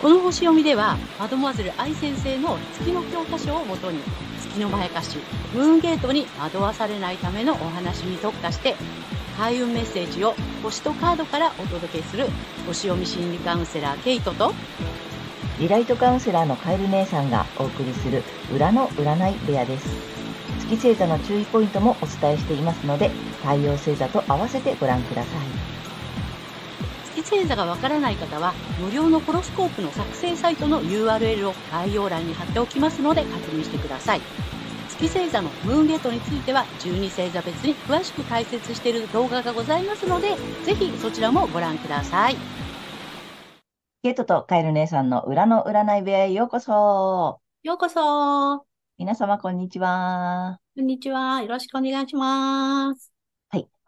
この星読みではマドモアゼル愛先生の月の教科書をもとに月のまやかしムーンゲートに惑わされないためのお話に特化して開運メッセージを星とカードからお届けする星読み心理カウンセラーケイトとリライトカウンセラーのカエル姉さんがお送りする裏の占い部屋です月星座の注意ポイントもお伝えしていますので太陽星座と合わせてご覧ください月星座がわからない方は無料のホロスコープの作成サイトの URL を概要欄に貼っておきますので確認してください月星座のムーンゲートについては12星座別に詳しく解説している動画がございますのでぜひそちらもご覧くださいゲートとカエル姉さんの裏の占い部屋へようこそようこそこ皆様こんにちはんにちはよろしくお願いします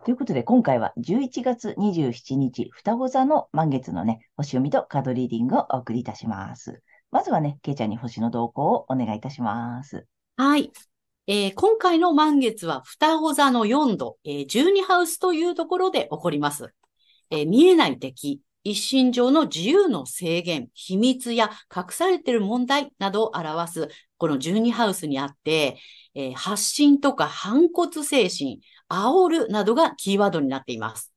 ということで、今回は11月27日、双子座の満月のね、星読みとカードリーディングをお送りいたします。まずはね、けいちゃんに星の動向をお願いいたします。はい。えー今回の満月は双子座の4度、えー12ハウスというところで起こります。えー見えない敵、一身上の自由の制限、秘密や隠されている問題などを表す、この12ハウスにあって、えー発信とか反骨精神、煽るなどがキーワードになっています。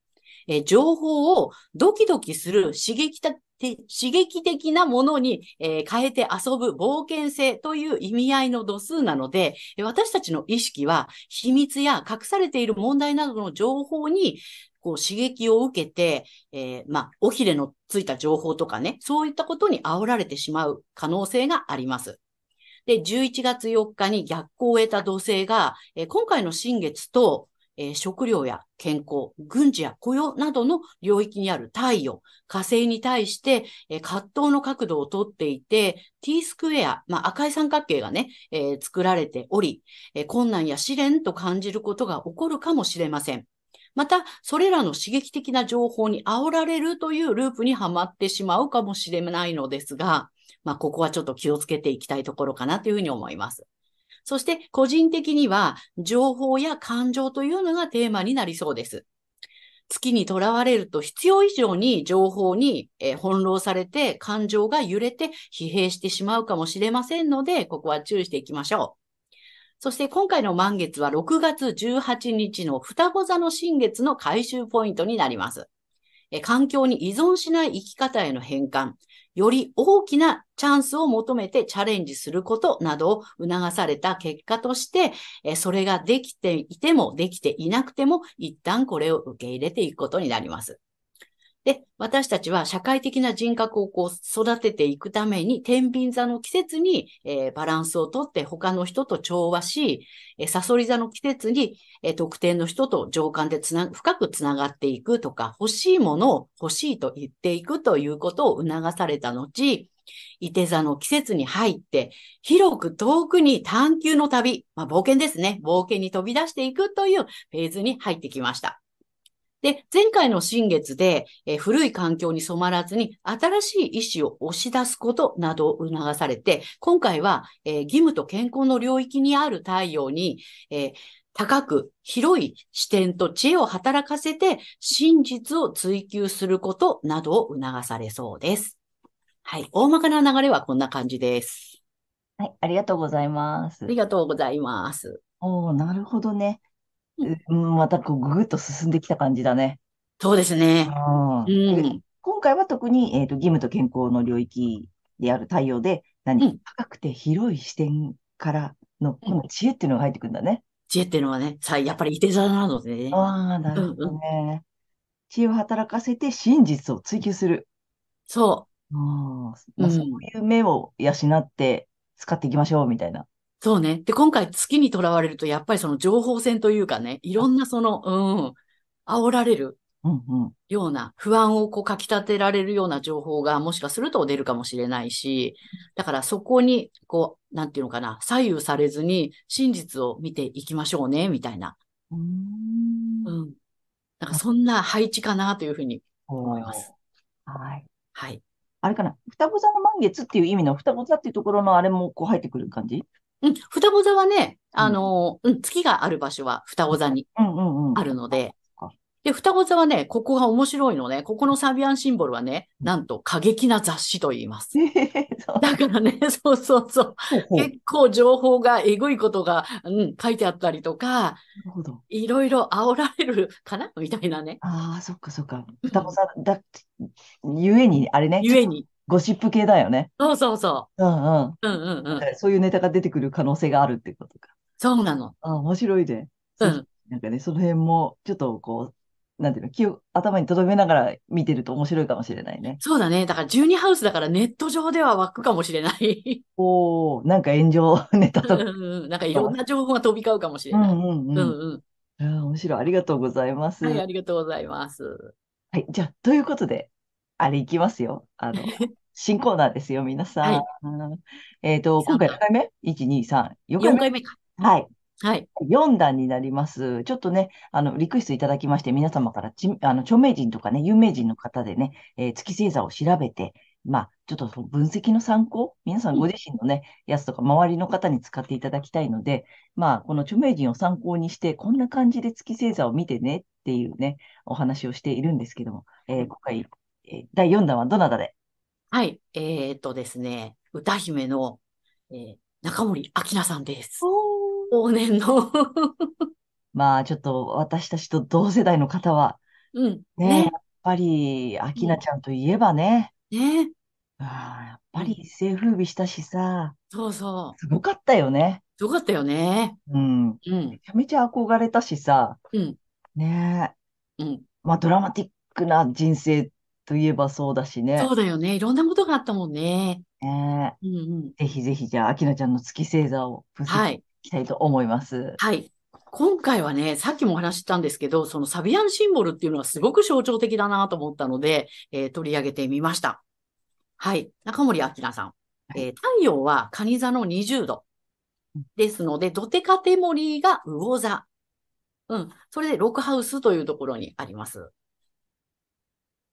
えー情報をドキドキする刺激的刺激的なものに、えー変えて遊ぶ冒険性という意味合いの度数なので、えー私たちの意識は秘密や隠されている問題などの情報にこう刺激を受けて、えーまあ、おひれのついた情報とかね、そういったことに煽られてしまう可能性があります。で、11月4日に逆行を得た土星が、えー今回の新月と、えー食料や健康、軍事や雇用などの領域にある太陽、火星に対して、えー葛藤の角度をとっていて、T スクエア、まあ、赤い三角形がね、えー作られており、えー困難や試練と感じることが起こるかもしれません。また、それらの刺激的な情報に煽られるというループにはまってしまうかもしれないのですが、まあ、ここはちょっと気をつけていきたいところかなというふうに思います。そして、個人的には、情報や感情というのがテーマになりそうです。月にとらわれると必要以上に情報にえー翻弄されて感情が揺れて疲弊してしまうかもしれませんので、ここは注意していきましょう。そして今回の満月は6月18日の双子座の新月の回収ポイントになります。えー環境に依存しない生き方への変換、より大きなチャンスを求めてチャレンジすることなどを促された結果として、えーそれができていてもできていなくても、一旦これを受け入れていくことになります。で、私たちは社会的な人格をこう育てていくために、天秤座の季節に、えーバランスをとって他の人と調和し、えー、サソリ座の季節に、えー特定の人と情感でつな、深くつながっていくとか、欲しいものを欲しいと言っていくということを促された後、伊手座の季節に入って、広く遠くに探求の旅、まあ、冒険ですね。冒険に飛び出していくというフェーズに入ってきました。で、前回の新月で、えー古い環境に染まらずに新しい意思を押し出すことなどを促されて、今回は、えー義務と健康の領域にある太陽に、えー高く広い視点と知恵を働かせて真実を追求することなどを促されそうです。はい。大まかな流れはこんな感じです。はい、ありがとうございますあ。りがとうございます。おおなるほどね。ううん、またこうぐぐっと進んできた感じだね。そうですね。うんうでん。今回は特に、えーと義務と健康の領域である太陽で、何、うん高くて広い視点からの、この知恵っていうのが入ってくるんだね。知恵っていうのはね、さやっぱりいて座なのでね。ああ、なるほどね。知恵を働かせて真実を追求する。そう。あーまうあ、んそういう目を養って使っていきましょうみたいな。そうね。で、今回月にとらわれると、やっぱりその情報戦というかね、いろんなその、うん、煽られるうんうん。ような、不安をこうかき立てられるような情報がもしかすると出るかもしれないし、だからそこに、こう、なんていうのかな、左右されずに真実を見ていきましょうね、みたいな。うーんうん。なんかそんな配置かなというふうに思います。はい。はい。あれかな、双子座の満月っていう意味の双子座っていうところのあれもこう入ってくる感じうん、双子座はね、あの、うん、月がある場所は双子座にうんうんうん。あるのでそっか、で、双子座はね、ここが面白いのね、ここのサビアンシンボルはね、なんと過激な雑誌と言います。 そうだからね、 そうそうそう。結構情報がえぐいことが、うん、書いてあったりとか、なるほど。いろいろ煽られるかなみたいなね。ああ、そっかそっか。双子座だって、ゆえに、あれね、ゆえに。ゴシップ系だよね。そうそうそうんうん。う。うんうんうんだ。からそういうネタが出てくる可能性があるってことか。そうなの。ああ、面白いで。うん。なんかね、その辺も、ちょっとこう、なんていうの、気を頭に留めながら見てると面白いかもしれないね。そうだね。だから、12ハウスだからネット上では湧くかもしれ ない。おお、なんか炎上ネタうとんか。うんうんなんかいろんな情報が飛び交うかもしれうない。んうんうんうん。うん。ああ、面白い。ありがとうございます。はい、はありがとうございます。い、じゃあ、ということで、あれいきますよ。あの、新コーナーですよ、皆さん。はいえっと、さん今回何回目 ?1、2、3、4 4回回目か。目。はい。はい。 4段になります。ちょっとね、あの、リクエストいただきまして、皆様からち、あの、著名人とかね、有名人の方でね、えー月星座を調べて、まあ、ちょっとその分析の参考、皆さんご自身のね、やつとか、周りの方に使っていただきたいので、まあ、この著名人を参考にして、こんな感じで月星座を見てねっていうね、お話をしているんですけども、えー今回、えー第4弾はどなたではい。えーっとですね、歌姫の、えー中森明菜さんです。往年 のまあ、ちょっと私たちと同世代の方は、うん。ね、やねっ。ぱり、アキナちゃんといえばね、ね。ああ、やっぱり一世風靡したしさ、そうそう。すごかったよね。よかったよね。うん。めうん。ちゃめちゃ憧れたしさ、うん。ねえ。うん。まあドラマティックな人生といえばそうだしねそう。だよね。いろんなことがあったもんね。ねうんうん。えぜひぜひ、じゃあ、秋菜ちゃんの月星座を分析しはてい。いきたいと思います。はい。今回はね、さっきもお話ししたんですけど、そのサビアンシンボルっていうのはすごく象徴的だなと思ったので、えー取り上げてみました。はい。中森明菜さん。えー太陽は蟹座の20度うん。ですので、ドテカテモリーが魚座。うん。それで、ロックハウスというところにあります。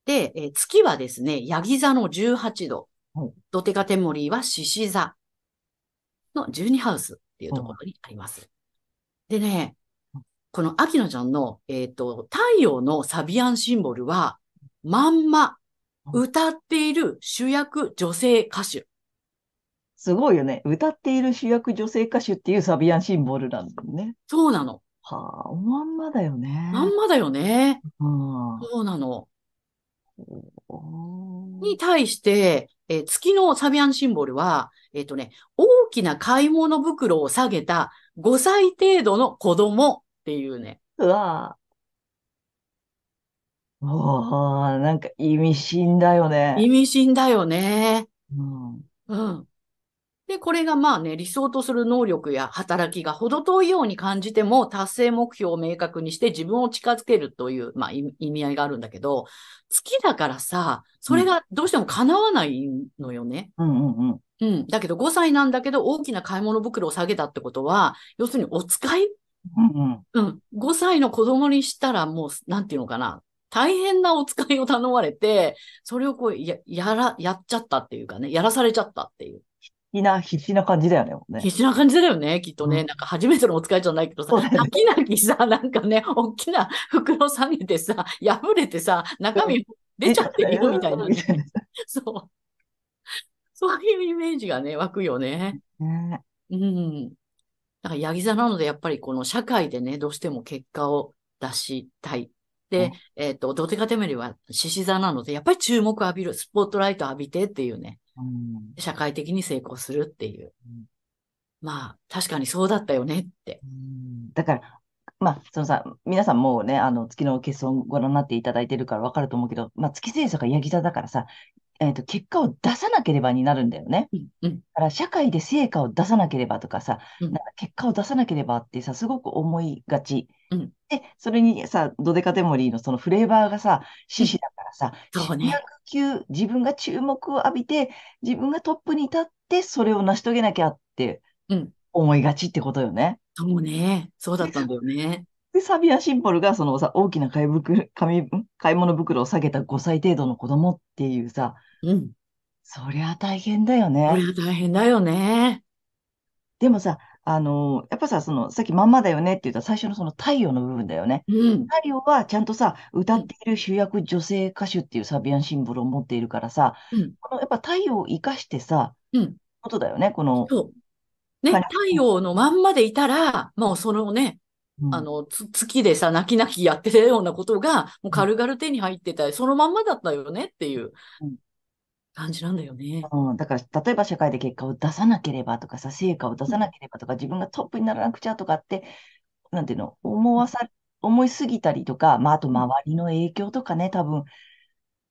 で、えー月はですね、ヤギ座の18度うん。ドテカテモリーは獅子座の12ハウスっていうところにあります。でね、この秋菜ちゃんの、えっ、と、太陽のサビアンシンボルは、まんま歌っている主役女性歌手。すごいよね。歌っている主役女性歌手っていうサビアンシンボルなんだよね。そうなの。はあ、おまんまだよね。まんまだよね。うん。そうなの。おーに対して、えー月のサビアンシンボルは、えっ、とね、大きな買い物袋を下げた5歳程度の子供っていうね。うわぁ。おー、なんか意味深だよね。意味深だよね。うん。うん。で、これがまあね、理想とする能力や働きが程遠いように感じても、達成目標を明確にして自分を近づけるという、まあ、意意味合いがあるんだけど、月だからさ、それがどうしても叶わないのよね。うんうんうん。うん。だけど5歳なんだけど、大きな買い物袋を下げたってことは、要するにお使いうんうん。うん。5歳の子供にしたらもう、なんていうのかな。大変なお使いを頼まれて、それをこう、や、やら、やっちゃったっていうかね、やらされちゃったっていう。必死な、必死な感じだよね、もうね。必死な感じだよね、きっとね。うんなんか初めてのお使いじゃないけどさ、そうだね泣き泣きさ、なんかね、大きな袋下げてさ、破れてさ、中身出ちゃってるよみたい な、ね。そう。そういうイメージがね、湧くよね。ねうん。だから、ヤギ座なので、やっぱりこの社会でね、どうしても結果を出したい。うでん、えっ、と、ドテカテメリは獅子座なので、やっぱり注目浴びる、スポットライト浴びてっていうね。うん社会的に成功するっていううん。まあ、確かにそうだったよねって。うんだから、まあ、そのさ、皆さんもうね、あの、月の欠損ご覧になっていただいてるからわかると思うけど、まあ、月星座がヤギ座だからさ、えっと、結果を出さなければになるんだよね。うん、うん、だから社会で成果を出さなければとかさ、うなんんか結果を出さなければってさ、すごく思いがち。うんで、それにさ、ドデカテモリーのそのフレーバーがさ、獅子だからさ、そうね主役級、自分が注目を浴びて、自分がトップに立って、それを成し遂げなきゃってうん思いがちってことよね。そうね。そうだったんだよね。で、サビアシンボルがそのさ、大きな買い袋紙ん買い物袋を下げた5歳程度の子供っていうさ、うん。そりゃ大変だよこね。れは大変だよね。でもさ、あの、やっぱさ、その、さっきまんまだよねって言った最初のその太陽の部分だよね。うん。太陽はちゃんとさ、歌っている主役女性歌手っていうサビアンシンボルを持っているからさ、うんこのやっぱ太陽を生かしてさ、うんことだよね、この、そう。ね、から太陽のまんまでいたら、もうそのね、うんあの、つ月でさ、泣き泣きやってるようなことが、もう軽々手に入ってたり、そのまんまだったよねっていううん感じなんだよね。うん、だから、例えば社会で結果を出さなければとかさ、成果を出さなければとか、自分がトップにならなくちゃとかって、なんていうの、思わさ、思いすぎたりとか、まあ、あと周りの影響とかね、多分、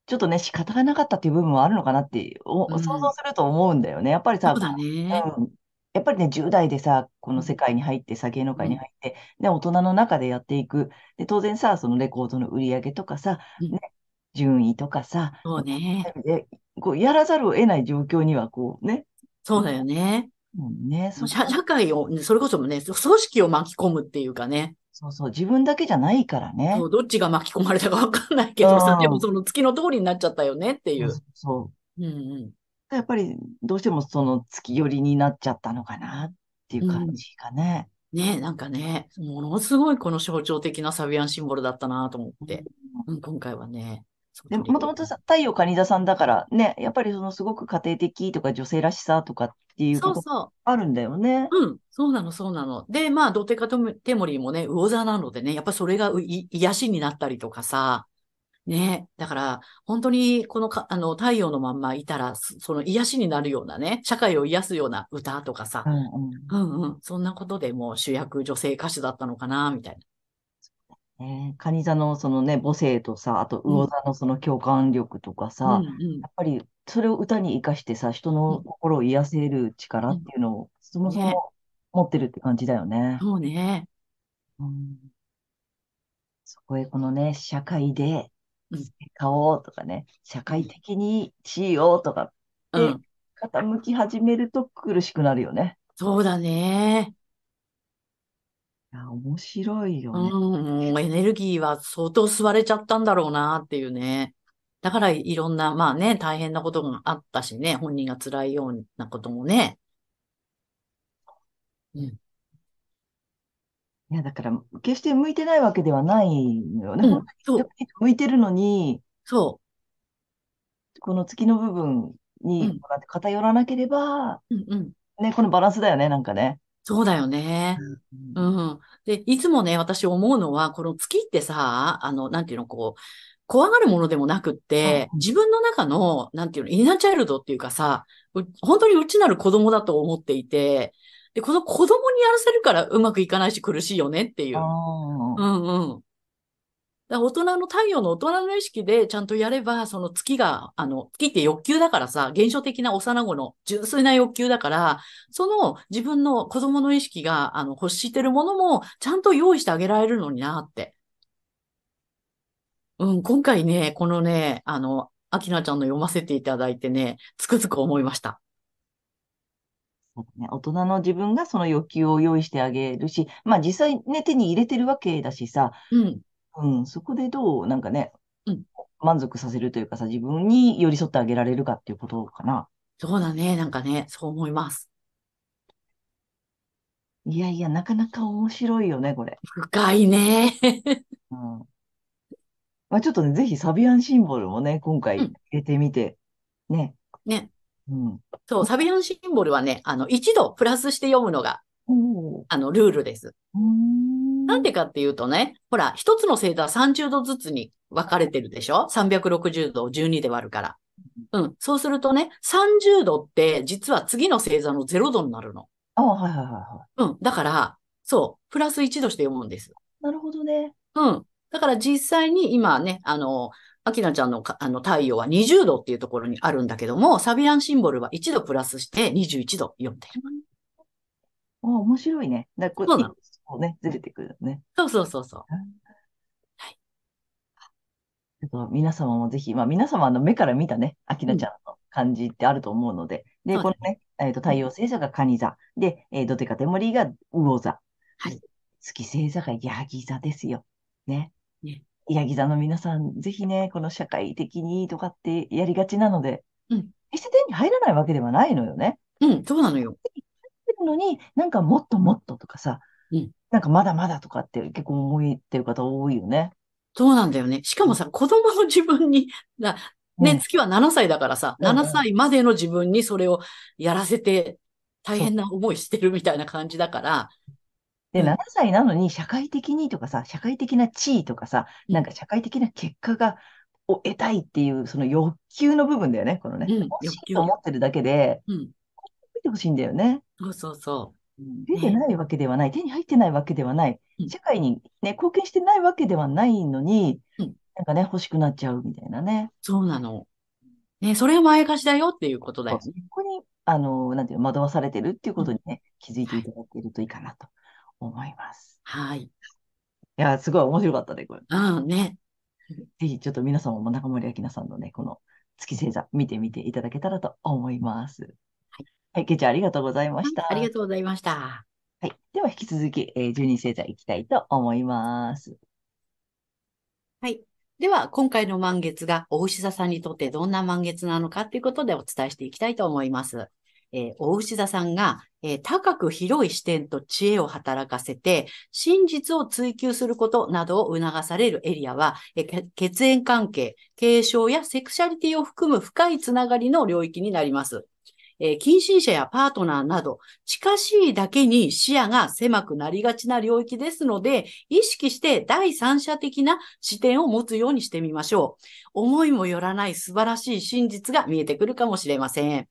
ちょっとね、仕方がなかったっていう部分もあるのかなって、お、うん想像すると思うんだよね。やっぱりそさ、うだね。うんやっぱりね、10代でさ、この世界に入ってさ、芸能界に入って、で、大人の中でやっていく。で、当然さ、そのレコードの売り上げとかさ、うんね、順位とかさ、そうね。で、こう、やらざるを得ない状況には、こうね、そうだよね。もうね、そ社こ社会を、それこそね、組織を巻き込むっていうかね。そうそう、自分だけじゃないからねそ。うどっちが巻き込まれたかわかんないけどさう、んでもその月の通りになっちゃったよねっていそうう。そうそうんうん。う。やっぱり、どうしてもその月寄りになっちゃったのかなっていう感じかね。ねなんかね、ものすごいこの象徴的なサビアンシンボルだったなと思って、うん、今回はね。そうでも、もともとさ、太陽蟹座さんだからね、やっぱりそのすごく家庭的とか女性らしさとかっていうそこうとがそあるんだよね。う。うん、そうなの、そうなの。で、まあ、ドテカとテモリーもね、魚座なのでね、やっぱりそれがうい癒しになったりとかさ、ね、だから、本当にこのか、あの、太陽のまんまいたら、そその癒しになるようなね、社会を癒すような歌とかさ、うんうんうんうん、そんなことでもう主役女性歌手だったのかな、みたいな。ね蟹座のそのね、母性とさ、あと魚座のその共感力とかさ、うんうんやっぱりそれを歌に生かしてさ、人の心を癒せる力っていうのをそもそねも持ってるって感じだよね。そうね。うんそこへこのね、社会でうん買おうとかね、社会的にしようとかうでん。傾き始めると苦しくなるよね。そうだね。いや、面白いようね。ん、もうエネルギーは相当吸われちゃったんだろうなっていうね。だからいろんな、まあね、大変なことがあったしね、本人が辛いようなこともね。いや、だから、決して向いてないわけではないよね。うん、そう本当、に向いてるのに、そこの月の部分うにんなんて偏らなければ、う。うんうん、ね、このバランスだよね、なんかね。そうだよね。うん。で、いつもね、私思うのは、この月ってさ、あの、なんていうの、こう、怖がるものでもなくって、うん自分の中の、なんていうの、インナーチャイルドっていうかさ、う本当に内なる子供だと思っていて、で、この子供にやらせるからうまくいかないし苦しいよねっていう。うあんうん。だから大人の太陽の大人の意識でちゃんとやれば、その月が、あの、月って欲求だからさ、現象的な幼子の純粋な欲求だから、その自分の子供の意識が、あの、欲してるものもちゃんと用意してあげられるのになって。うん、今回ね、このね、あの、アキナちゃんの読ませていただいてね、つくづく思いました。あ、ね、大人の自分がその欲求を用意してあげるし、まあ実際ね、手に入れてるわけだしさ、うん、うん、そこでどう、なんかねうん、満足させるというかさ、自分に寄り添ってあげられるかっていうことかな。そうだね、なんかね、そう思います。いやいや、なかなか面白いよね、これ。深いね。うん。まあちょっとね、ぜひサビアンシンボルもね、今回うん入れてみて、ね。ね。うん。そう、サビアンシンボルはね、あの、一度プラスして読むのが、おーあの、ルールです。うーんなんでかっていうとね、ほら、一つの星座は30度ずつに分かれてるでしょ ?360 度を12で割るから。うん。そうするとね、30度って実は次の星座の0度になるの。あ、はいはいはいはうん。だから、そう、プラス1度して読むんです。い。なるほどね。うん。だから実際に今ね、あの、アキナちゃんのかあの太陽は20度っていうところにあるんだけども、サビアンシンボルは1度プラスして21度読んでる。あ、面白いね。だかそらこううなのそうね、ずれてくるね。そうそうそうそう。ちょっと皆様もぜひ、まあ皆様の目から見たね、アキナちゃんの感じってあると思うので、で、そうこのね、えっと、太陽星座がカニ座、で、えー、ドテカテモリーが魚座、はい月星座がヤギ座ですよ。ね。ねヤギ座の皆さん、ぜひね、この社会的にとかってやりがちなので、うん決して手に入らないわけではないのよね。うん、そうなのよ。手るのに、なんかもっともっととかさ、うんなんかまだまだとかって結構思いってる方多いよね。そうなんだよね。しかもさ、子供の自分に、なね、うん月は7歳だからさ、うんうん7歳までの自分にそれをやらせて大変な思いしてるみたいな感じだから、で、うん7歳なのに社会的にとかさ、社会的な地位とかさ、うんなんか社会的な結果が、を得たいっていう、その欲求の部分だよね、このね。うん欲し欲求いと思ってるだけで、うん。見てほしいんだよね。そうそうそ出てないわけではない、手に入ってないわけではないうん、社会にね、貢献してないわけではないのにうん、なんかね、欲しくなっちゃうみたいなねう。。そうなの。ね、それは前貸しだよっていうことだよそこに、あの、なんていうの、惑わされてるっていうことにね、気づいていただけるといいかなと思います。はい。いやー、すごい面白かったね、これ。うん、ね。ぜひちょっと皆様も中森明菜さんのね、この月星座見てみていただけたらと思います。はい、けいちゃんありがとうございました。ありがとうございました。はい、では引き続き、えー、12星座いきたいと思います。では、今回の満月が、お牛座さんにとってどんな満月なのかということでお伝えしていきたいと思います。えー、お牛座さんが、えー高く広い視点と知恵を働かせて、真実を追求することなどを促されるエリアは、えーけ血縁関係、継承やセクシャリティを含む深いつながりの領域になります。えー近親者やパートナーなど、近しいだけに視野が狭くなりがちな領域ですので、意識して第三者的な視点を持つようにしてみましょう。思いもよらない素晴らしい真実が見えてくるかもしれません。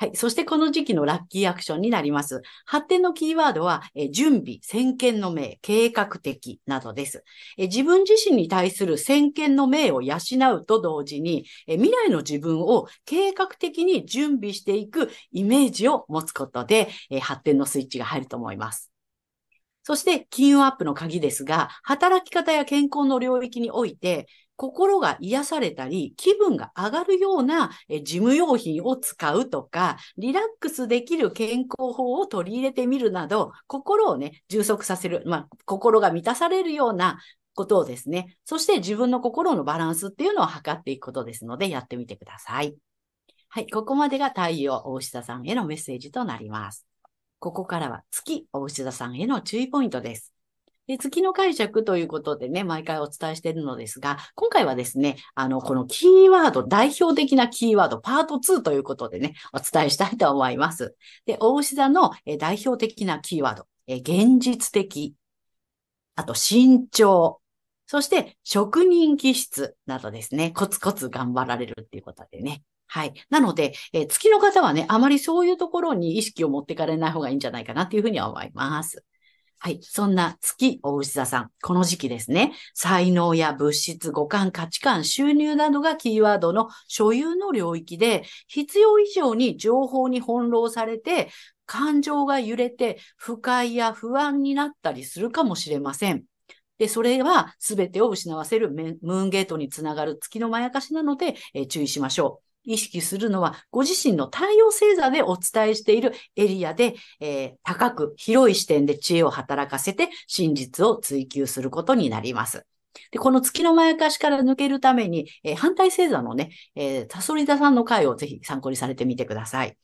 はい。そしてこの時期のラッキーアクションになります。発展のキーワードは、えー準備、先見の明、計画的などですえー自分自身に対する先見の明を養うと同時に、えー未来の自分を計画的に準備していくイメージを持つことで、えー発展のスイッチが入ると思います。そして、金運アップの鍵ですが、働き方や健康の領域において、心が癒されたり、気分が上がるようなえ事務用品を使うとか、リラックスできる健康法を取り入れてみるなど、心をね、充足させる、まあ、心が満たされるようなことをですね、そして自分の心のバランスっていうのを測っていくことですので、やってみてください。はい、ここまでが太陽大下さんへのメッセージとなります。ここからは月、お牛座さんへの注意ポイントです。で月の解釈ということでね、毎回お伝えしているのですが、今回はですね、あの、このキーワード、代表的なキーワード、パート2ということでね、お伝えしたいと思います。で、お牛座のえ代表的なキーワード、え現実的、あと慎重、そして職人気質などですね、コツコツ頑張られるっていうことでね、はい。なので、えー月の方はね、あまりそういうところに意識を持ってかれない方がいいんじゃないかなっていうふうには思います。はい。そんな月、お牛座さん。この時期ですね。才能や物質、五感、価値観、収入などがキーワードの所有の領域で、必要以上に情報に翻弄されて、感情が揺れて、不快や不安になったりするかもしれません。で、それは全てを失わせるメンムーンゲートにつながる月のまやかしなので、えー注意しましょう。意識するのは、ご自身の太陽星座でお伝えしているエリアで、えー高く広い視点で知恵を働かせて真実を追求することになります。で、この月のまやかしから抜けるために、えー反対星座のね、えー、タソリ座さんの回をぜひ参考にされてみてください。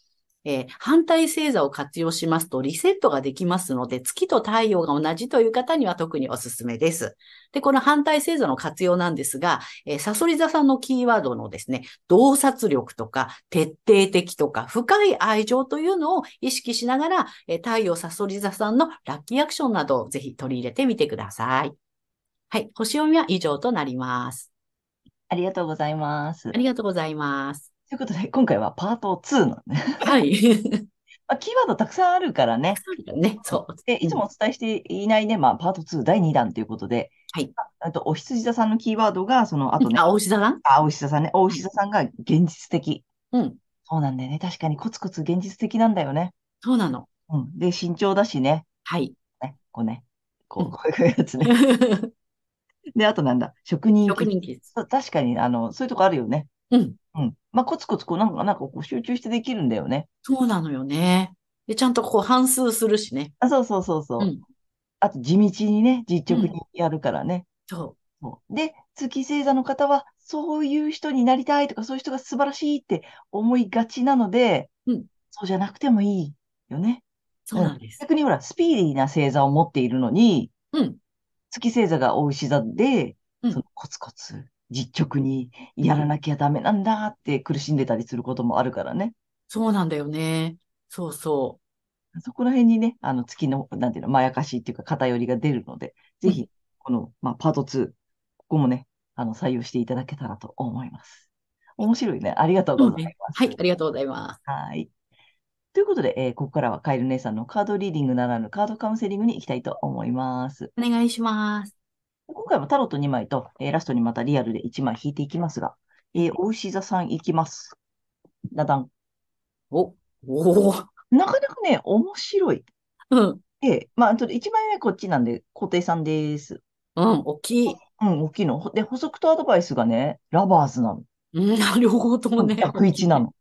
えー反対星座を活用しますとリセットができますので、月と太陽が同じという方には特におすすめです。で、この反対星座の活用なんですが、えー、サソリ座さんのキーワードのですね、洞察力とか、徹底的とか、深い愛情というのを意識しながら、えー太陽サソリ座さんのラッキーアクションなどをぜひ取り入れてみてください。はい。星読みは以上となります。ありがとうございます。ありがとうございます。ということで、今回はパート2のね、はい。 まあ、キーワードたくさんあるからね、ね、そう。で、いつもお伝えしていないね、まあ、パート2第2弾ということで、はいああと、お羊座さんのキーワードが、その後ね、あ、お牛座さんあ、お羊座さんね、お牛座さんが現実的。うん。そうなんだよね。確かにコツコツ現実的なんだよね。そうなの。うん。で、慎重だしね、 はい。ね、こうね、こうう、んこういうやつね。で、あとなんだ、職人職気。人気です。そう確かに、あの、そういうとこあるよね。うん。うん。まあ、コツコツ、こう、なんか、なんかこう集中してできるんだよね。そうなのよね。で、ちゃんとこう、反数するしね。あ、そうそうそうそう。うんあと、地道にね、実直にやるからね。そそうで、月星座の方は、そういう人になりたいとか、そういう人が素晴らしいって思いがちなので、うんそうじゃなくてもいいよね。そうなんです。逆にほら、スピーディーな星座を持っているのに、うん。月星座が大石座で、うんそのコツコツ、実直にやらなきゃダメなんだって苦しんでたりすることもあるからね。そうなんだよね。そうそそこら辺にね、あの月の、なんていうの、まやかしっていうか偏りが出るので、ぜひ、この、まあ、パート2、ここもね、あの、採用していただけたらと思います。面白いね。ありがとうございます。う。はい、ありがとうございます。はい。ということで、えーここからはカエル姉さんのカードリーディングならぬカードカウンセリングに行きたいと思います。お願いします。今回もタロット2枚と、えーラストにまたリアルで1枚引いていきますが、えー、お牛座さんいきます。ダダン。お、おーなかなかね、面白い。うん、で、まあ、ちょっと1枚目こっちなんで、固定さんです。うん、大きい。うん、大きいの。ほで、補足とアドバイスがね、ラバーズなの。うん、 両方ともね。逆一な。の。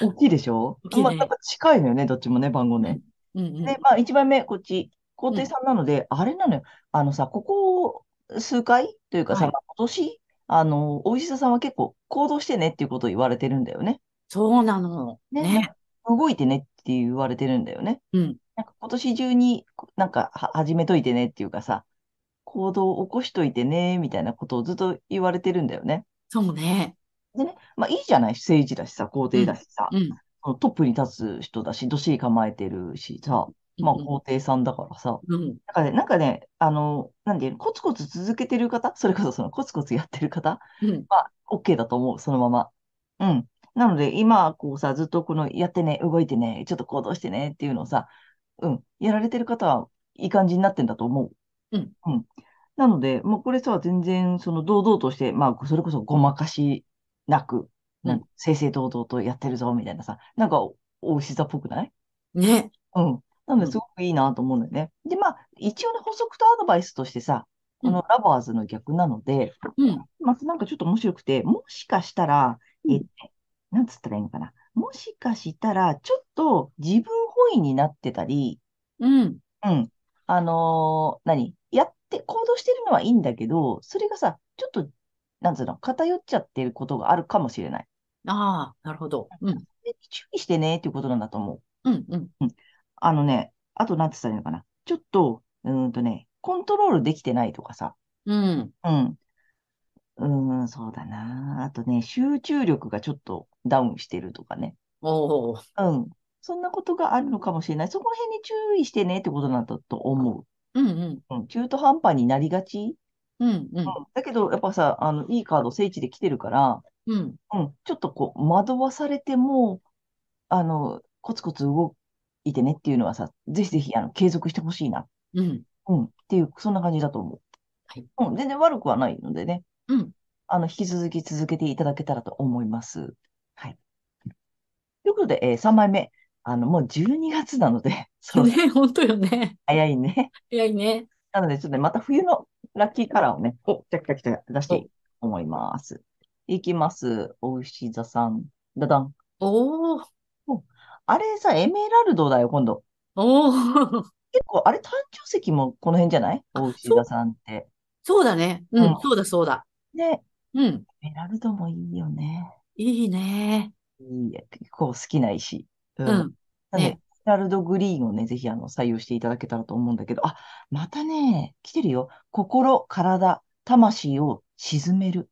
大きいでしょ大きいねまあ、なんか近いのよね、どっちもね、番号ね。うん、うん。で、まあ、一番目、こっち、皇帝さんなので、あれなのよ。あのさ、ここ数回というかさ、はいまあ今年、あの、お医者さんは結構行動してねっていうことを言われてるんだよね。そうなの。ねね。動いてねって言われてるんだよね。うん。なんか今年中に、なんかは始めといてねっていうかさ、行動を起こしといてね、みたいなことをずっと言われてるんだよね。そうね。でね、まあいいじゃない、政治だしさ、皇帝だしさ、うん。そのトップに立つ人だし、どっしり構えてるしさ、まあうん皇帝さんだからさ、うん。なんかね、なんかね、あの、なんていうの、コツコツ続けてる方、それこそそのコツコツやってる方うん。は OK だと思う、そのまま。うん。なので、今、こうさ、ずっとこの、やってね、動いてね、ちょっと行動してねっていうのをさ、うん、やられてる方はいい感じになってんだと思う。うん。うん。なので、もうこれさ、全然、その、堂々として、まあ、それこそごまかしなく、なん正々堂々とやってるぞ、みたいなさ、なんか、お牛座っぽくないね。うん。なのうで、んすごくいいなと思うんだよね。で、まあ、一応ね、補足とアドバイスとしてさ、こうのラバーズの逆なので、うん。まあ、なんかちょっと面白くて、もしかしたら、うんえっとね、なんつったらいいのかな。もしかしたら、ちょっと自分本位になってたり、うん。うん。あのー何やって、行動してるのはいいんだけど、それがさ、ちょっと、なんつうの、偏っちゃってることがあるかもしれない。ああ、なるほど。うん。で注意してね、っていうことなんだと思うう。ん。うん。あのね、あとなんて言ったらいいのかな。ちょっと、うーんとね、コントロールできてないとかさ。うん。うん。うーん、そうだな。あとね、集中力がちょっとダウンしてるとかね。おお。うん。そんなことがあるのかもしれない。そこら辺に注意してねってことなんだと思うん。うん。う。うん。中途半端になりがち。うん。うん。だけど、やっぱさ、あの、いいカード聖地で来てるから、うん。うん。ちょっとこう、惑わされても、あの、コツコツ動いてねっていうのはさ、ぜひぜひ、あの、継続してほしいな。うん。うん、っていう、そんな感じだと思う。はいうん、全然悪くはないのでね、うん。あの、引き続き続けていただけたらと思います。はい。ということで、え3枚目。あの、もう12月なので、 そろそろね、本当よね。早いね。早いね。なので、ちょっとね、また冬のラッキーカラーをね、お、キャッキャッキャッ出していこうと思います。いきます。お牛座さん。ダダン。おお。あれさ、エメラルドだよ、今度。おお。結構、あれ、誕生石もこの辺じゃないあお牛座さんって。 そうだね。うんうん。そうだ、そうだ。ね、うん。エメラルドもいいよね。いいね。いいえ、結構好きな石。う。うんん。なんで、エねメラルドグリーンをね、ぜひあの採用していただけたらと思うんだけど、あ、またね、来てるよ。心、体、魂を沈める。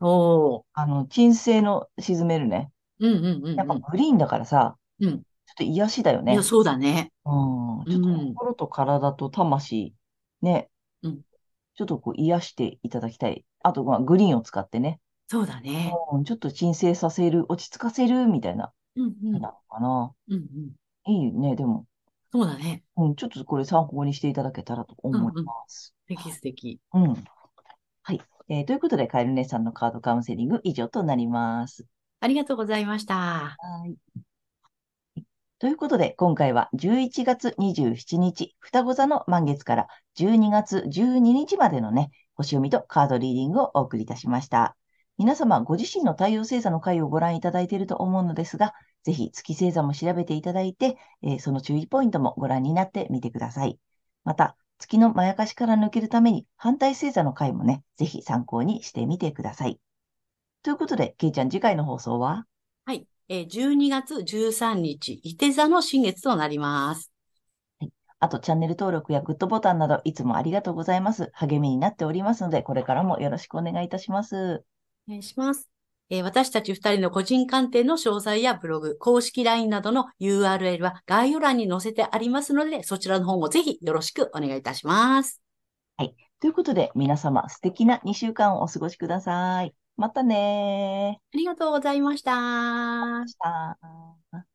おお。あの、鎮静の沈めるね。うんうんうんやっぱうん。グリーンだからさ、うん。ちょっと癒しだよいね。うや、ん。ちそうだね。ょっとうん心と体と魂、ねうん。ちょっとこう癒していただきたい。あと、まあ、グリーンを使ってね。そうだね。うん、ちょっと鎮静させる、落ち着かせるみたいな、うんうん。なのかな。うんうん。いいね、でも。そうだね。うん、ちょっとこれ参考にしていただけたらと思います。素敵素敵。うん。はい。えーということで、カエル姉さんのカードカウンセリング以上となります。ありがとうございました。はい。ということで、今回は11月27日、双子座の満月から12月12日までのね、星読みとカードリーディングをお送りいたしました。皆様、ご自身の太陽星座の回をご覧いただいていると思うのですが、ぜひ月星座も調べていただいて、えーその注意ポイントもご覧になってみてください。また、月のまやかしから抜けるために反対星座の回もね、ぜひ参考にしてみてください。ということで、けいちゃん次回の放送ははい。えー12月13日、伊手座の新月となります。あと、チャンネル登録やグッドボタンなど、いつもありがとうございます。励みになっておりますので、これからもよろしくお願いいたします。お願いします。えー私たち二人の個人鑑定の詳細やブログ、公式 LINE などの URL は概要欄に載せてありますので、そちらの方もぜひよろしくお願いいたします。ということで、皆様、素敵な2週間をお過ごしください。またねありがとうございましたー。。した